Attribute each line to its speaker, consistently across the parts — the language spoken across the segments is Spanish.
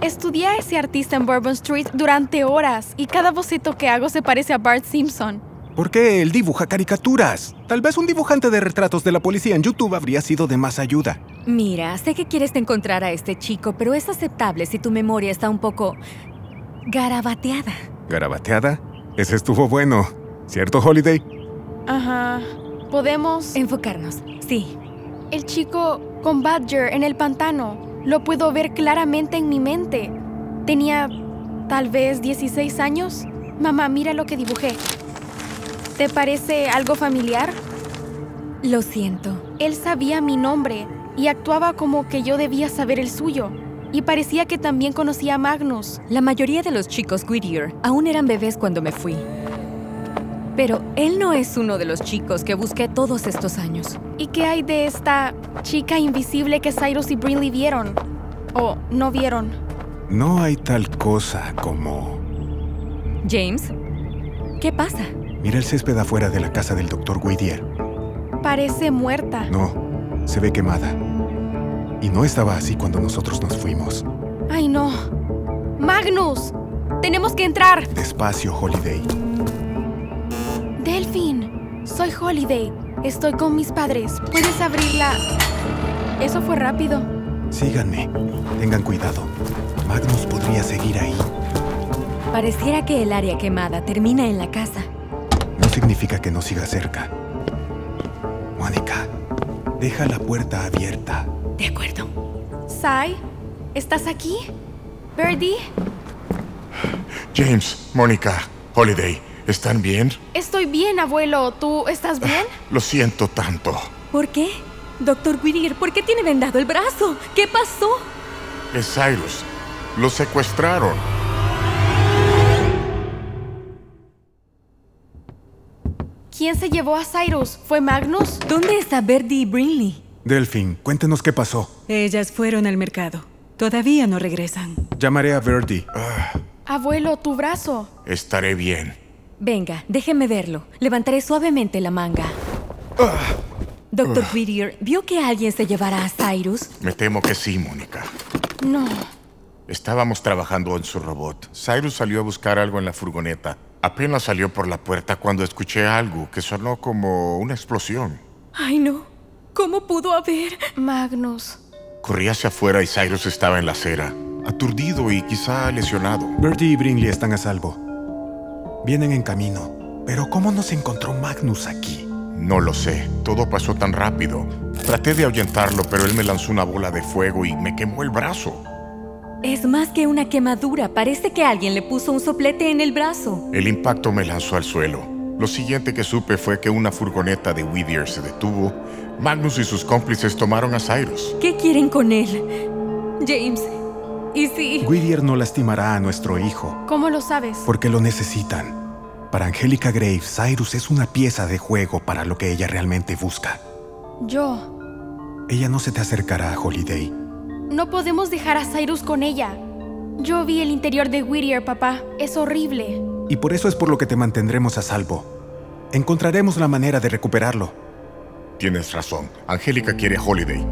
Speaker 1: Estudié a ese artista en Bourbon Street durante horas y cada boceto que hago se parece a Bart Simpson.
Speaker 2: ¿Por qué él dibuja caricaturas? Tal vez un dibujante de retratos de la policía en YouTube habría sido de más ayuda.
Speaker 3: Mira, sé que quieres encontrar a este chico, pero es aceptable si tu memoria está un poco... garabateada.
Speaker 2: ¿Garabateada? Ese estuvo bueno. ¿Cierto, Holiday?
Speaker 1: Ajá. Podemos... em,
Speaker 3: Enfocarnos, sí.
Speaker 1: El chico con Badger en el pantano. Lo puedo ver claramente en mi mente. Tenía tal vez 16 años. Mamá, mira lo que dibujé. ¿Te parece algo familiar?
Speaker 3: Lo siento.
Speaker 1: Él sabía mi nombre y actuaba como que yo debía saber el suyo. Y parecía que también conocía a Magnus.
Speaker 3: La mayoría de los chicos Whittier aún eran bebés cuando me fui. Pero él no es uno de los chicos que busqué todos estos años.
Speaker 1: ¿Y qué hay de esta chica invisible que Cyrus y Brinley vieron? ¿O no vieron?
Speaker 2: No hay tal cosa como...
Speaker 3: James, ¿qué pasa?
Speaker 2: Mira el césped afuera de la casa del doctor Whittier.
Speaker 1: Parece muerta.
Speaker 2: No, se ve quemada. Y no estaba así cuando nosotros nos fuimos.
Speaker 1: ¡Ay, no! ¡Magnus! ¡Tenemos que entrar!
Speaker 2: Despacio, Holiday.
Speaker 1: Delfin, soy Holiday. Estoy con mis padres. ¿Puedes abrirla? Eso fue rápido.
Speaker 2: Síganme. Tengan cuidado. Magnus podría seguir ahí.
Speaker 3: Pareciera que el área quemada termina en la casa.
Speaker 2: No significa que no siga cerca. Mónica, deja la puerta abierta.
Speaker 3: De acuerdo.
Speaker 1: Sai, ¿estás aquí? Birdie,
Speaker 4: James, Mónica, Holiday, ¿están bien?
Speaker 1: estoy bien, abuelo. ¿Tú estás bien?
Speaker 4: Lo siento tanto.
Speaker 3: ¿Por qué? Doctor Whittier, ¿por qué tiene vendado el brazo? ¿Qué pasó?
Speaker 4: Es Cyrus. Lo secuestraron.
Speaker 1: ¿Quién se llevó a Cyrus? ¿Fue Magnus?
Speaker 3: ¿Dónde está Verdi y Brinley?
Speaker 2: Delfin, cuéntenos qué pasó.
Speaker 5: Ellas fueron al mercado. Todavía no regresan.
Speaker 2: Llamaré a Ah, Verdi.
Speaker 1: Abuelo, tu brazo.
Speaker 4: Estaré bien.
Speaker 3: Venga, déjeme verlo. Levantaré suavemente la manga. Doctor Whittier, ¿vio que alguien se llevará a Cyrus?
Speaker 4: Me temo que sí, Mónica.
Speaker 1: No.
Speaker 4: Estábamos trabajando en su robot. Cyrus salió a buscar algo en la furgoneta. Apenas salió por la puerta cuando escuché algo que sonó como una explosión.
Speaker 3: Ay, no. ¿Cómo pudo haber?
Speaker 1: Magnus.
Speaker 4: Corrí hacia afuera y Cyrus estaba en la acera, aturdido y quizá lesionado.
Speaker 2: Birdie y Brinley están a salvo. Vienen en camino. Pero ¿cómo nos encontró Magnus aquí?
Speaker 4: No lo sé, todo pasó tan rápido. Traté de ahuyentarlo, pero él me lanzó una bola de fuego y me quemó el brazo.
Speaker 3: Es más que una quemadura. Parece que alguien le puso un soplete en el brazo.
Speaker 4: El impacto me lanzó al suelo. Lo siguiente que supe fue que una furgoneta de Whittier se detuvo. Magnus y sus cómplices tomaron a Cyrus.
Speaker 3: ¿Qué quieren con él? James, ¿y si?
Speaker 2: Whittier no lastimará a nuestro hijo,
Speaker 1: ¿Cómo lo sabes?
Speaker 2: porque lo necesitan. Para Angélica Graves, Cyrus es una pieza de juego para lo que ella realmente busca.
Speaker 1: Yo.
Speaker 2: Ella no se te acercará a Holiday.
Speaker 1: No podemos dejar a Cyrus con ella. Yo vi el interior de Whittier, papá. Es horrible.
Speaker 2: Y por eso es por lo que te mantendremos a salvo. Encontraremos la manera de recuperarlo.
Speaker 4: Tienes razón, Angélica quiere a Holiday.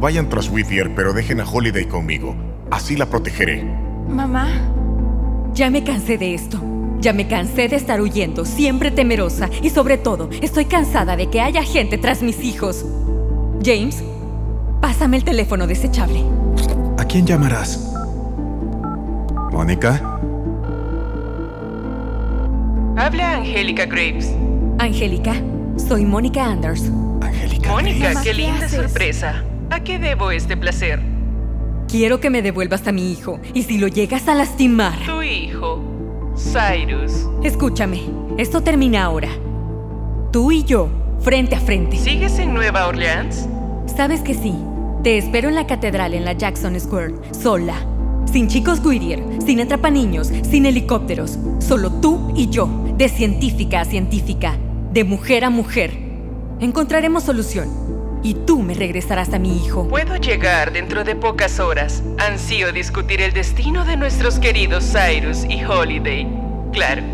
Speaker 4: Vayan tras Whittier, pero dejen a Holiday conmigo. Así la protegeré.
Speaker 1: Mamá.
Speaker 3: Ya me cansé de esto. Ya me cansé de estar huyendo, siempre temerosa. Y sobre todo, estoy cansada de que haya gente tras mis hijos. James, pásame el teléfono desechable.
Speaker 2: ¿A quién llamarás? ¿Mónica?
Speaker 6: Habla Angélica Graves.
Speaker 3: Angélica, soy Mónica Anders.
Speaker 2: Angélica.
Speaker 6: Mónica,
Speaker 2: Graves.
Speaker 6: qué linda
Speaker 1: haces?
Speaker 6: sorpresa. ¿A qué debo este placer?
Speaker 3: Quiero que me devuelvas a mi hijo. Y si lo llegas a lastimar,
Speaker 6: Tu hijo. Cyrus,
Speaker 3: Escúchame, esto termina ahora. Tú y yo, frente a frente.
Speaker 6: ¿sigues en Nueva Orleans?
Speaker 3: Sabes que sí. Te espero en la catedral en la Jackson Square, sola. Sin chicos Whittier, sin atrapaniños, sin helicópteros. Solo tú y yo, de científica a científica, de mujer a mujer. Encontraremos solución. Y tú me regresarás a mi hijo.
Speaker 6: Puedo llegar dentro de pocas horas. Ansío discutir el destino de nuestros queridos Cyrus y Holiday. Claro.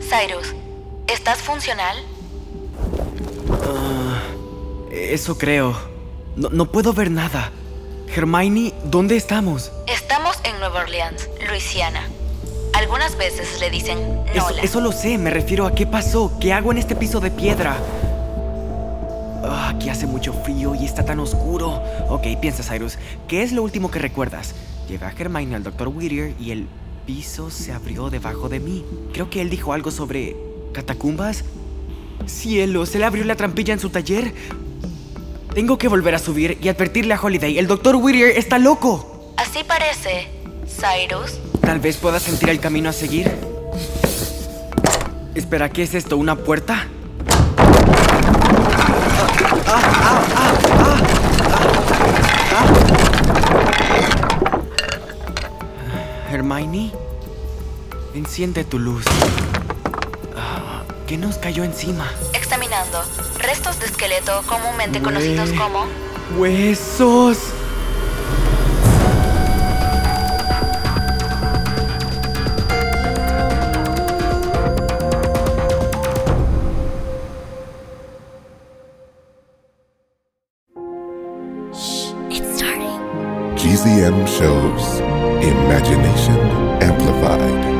Speaker 7: Cyrus, ¿estás funcional?
Speaker 8: Eso creo. No, no puedo ver nada. Hermione, ¿dónde estamos?
Speaker 7: Estamos en Nueva Orleans, Luisiana. Algunas veces le dicen
Speaker 8: Eso,
Speaker 7: Nola.
Speaker 8: eso lo sé, me refiero a qué pasó, qué hago en este piso de piedra. Ah, aquí hace mucho frío y está tan oscuro. Ok, piensa, Cyrus, ¿qué es lo último que recuerdas? Llevé a Hermione al Dr. Whittier y el piso se abrió debajo de mí. Creo que él dijo algo sobre catacumbas. Cielo, se le abrió la trampilla en su taller. Tengo que volver a subir y advertirle a Holiday. El Dr. Whittier está loco.
Speaker 7: Así parece, Cyrus.
Speaker 8: Tal vez pueda sentir el camino a seguir. Espera, ¿qué es esto? ¿Una puerta? Hermione, enciende tu luz. Ah, ¿Qué nos cayó encima?
Speaker 7: Examinando restos de esqueleto comúnmente conocidos
Speaker 8: Güey.
Speaker 7: como
Speaker 8: ¡Huesos!
Speaker 7: It's starting.
Speaker 9: GZM shows Imagination Amplified.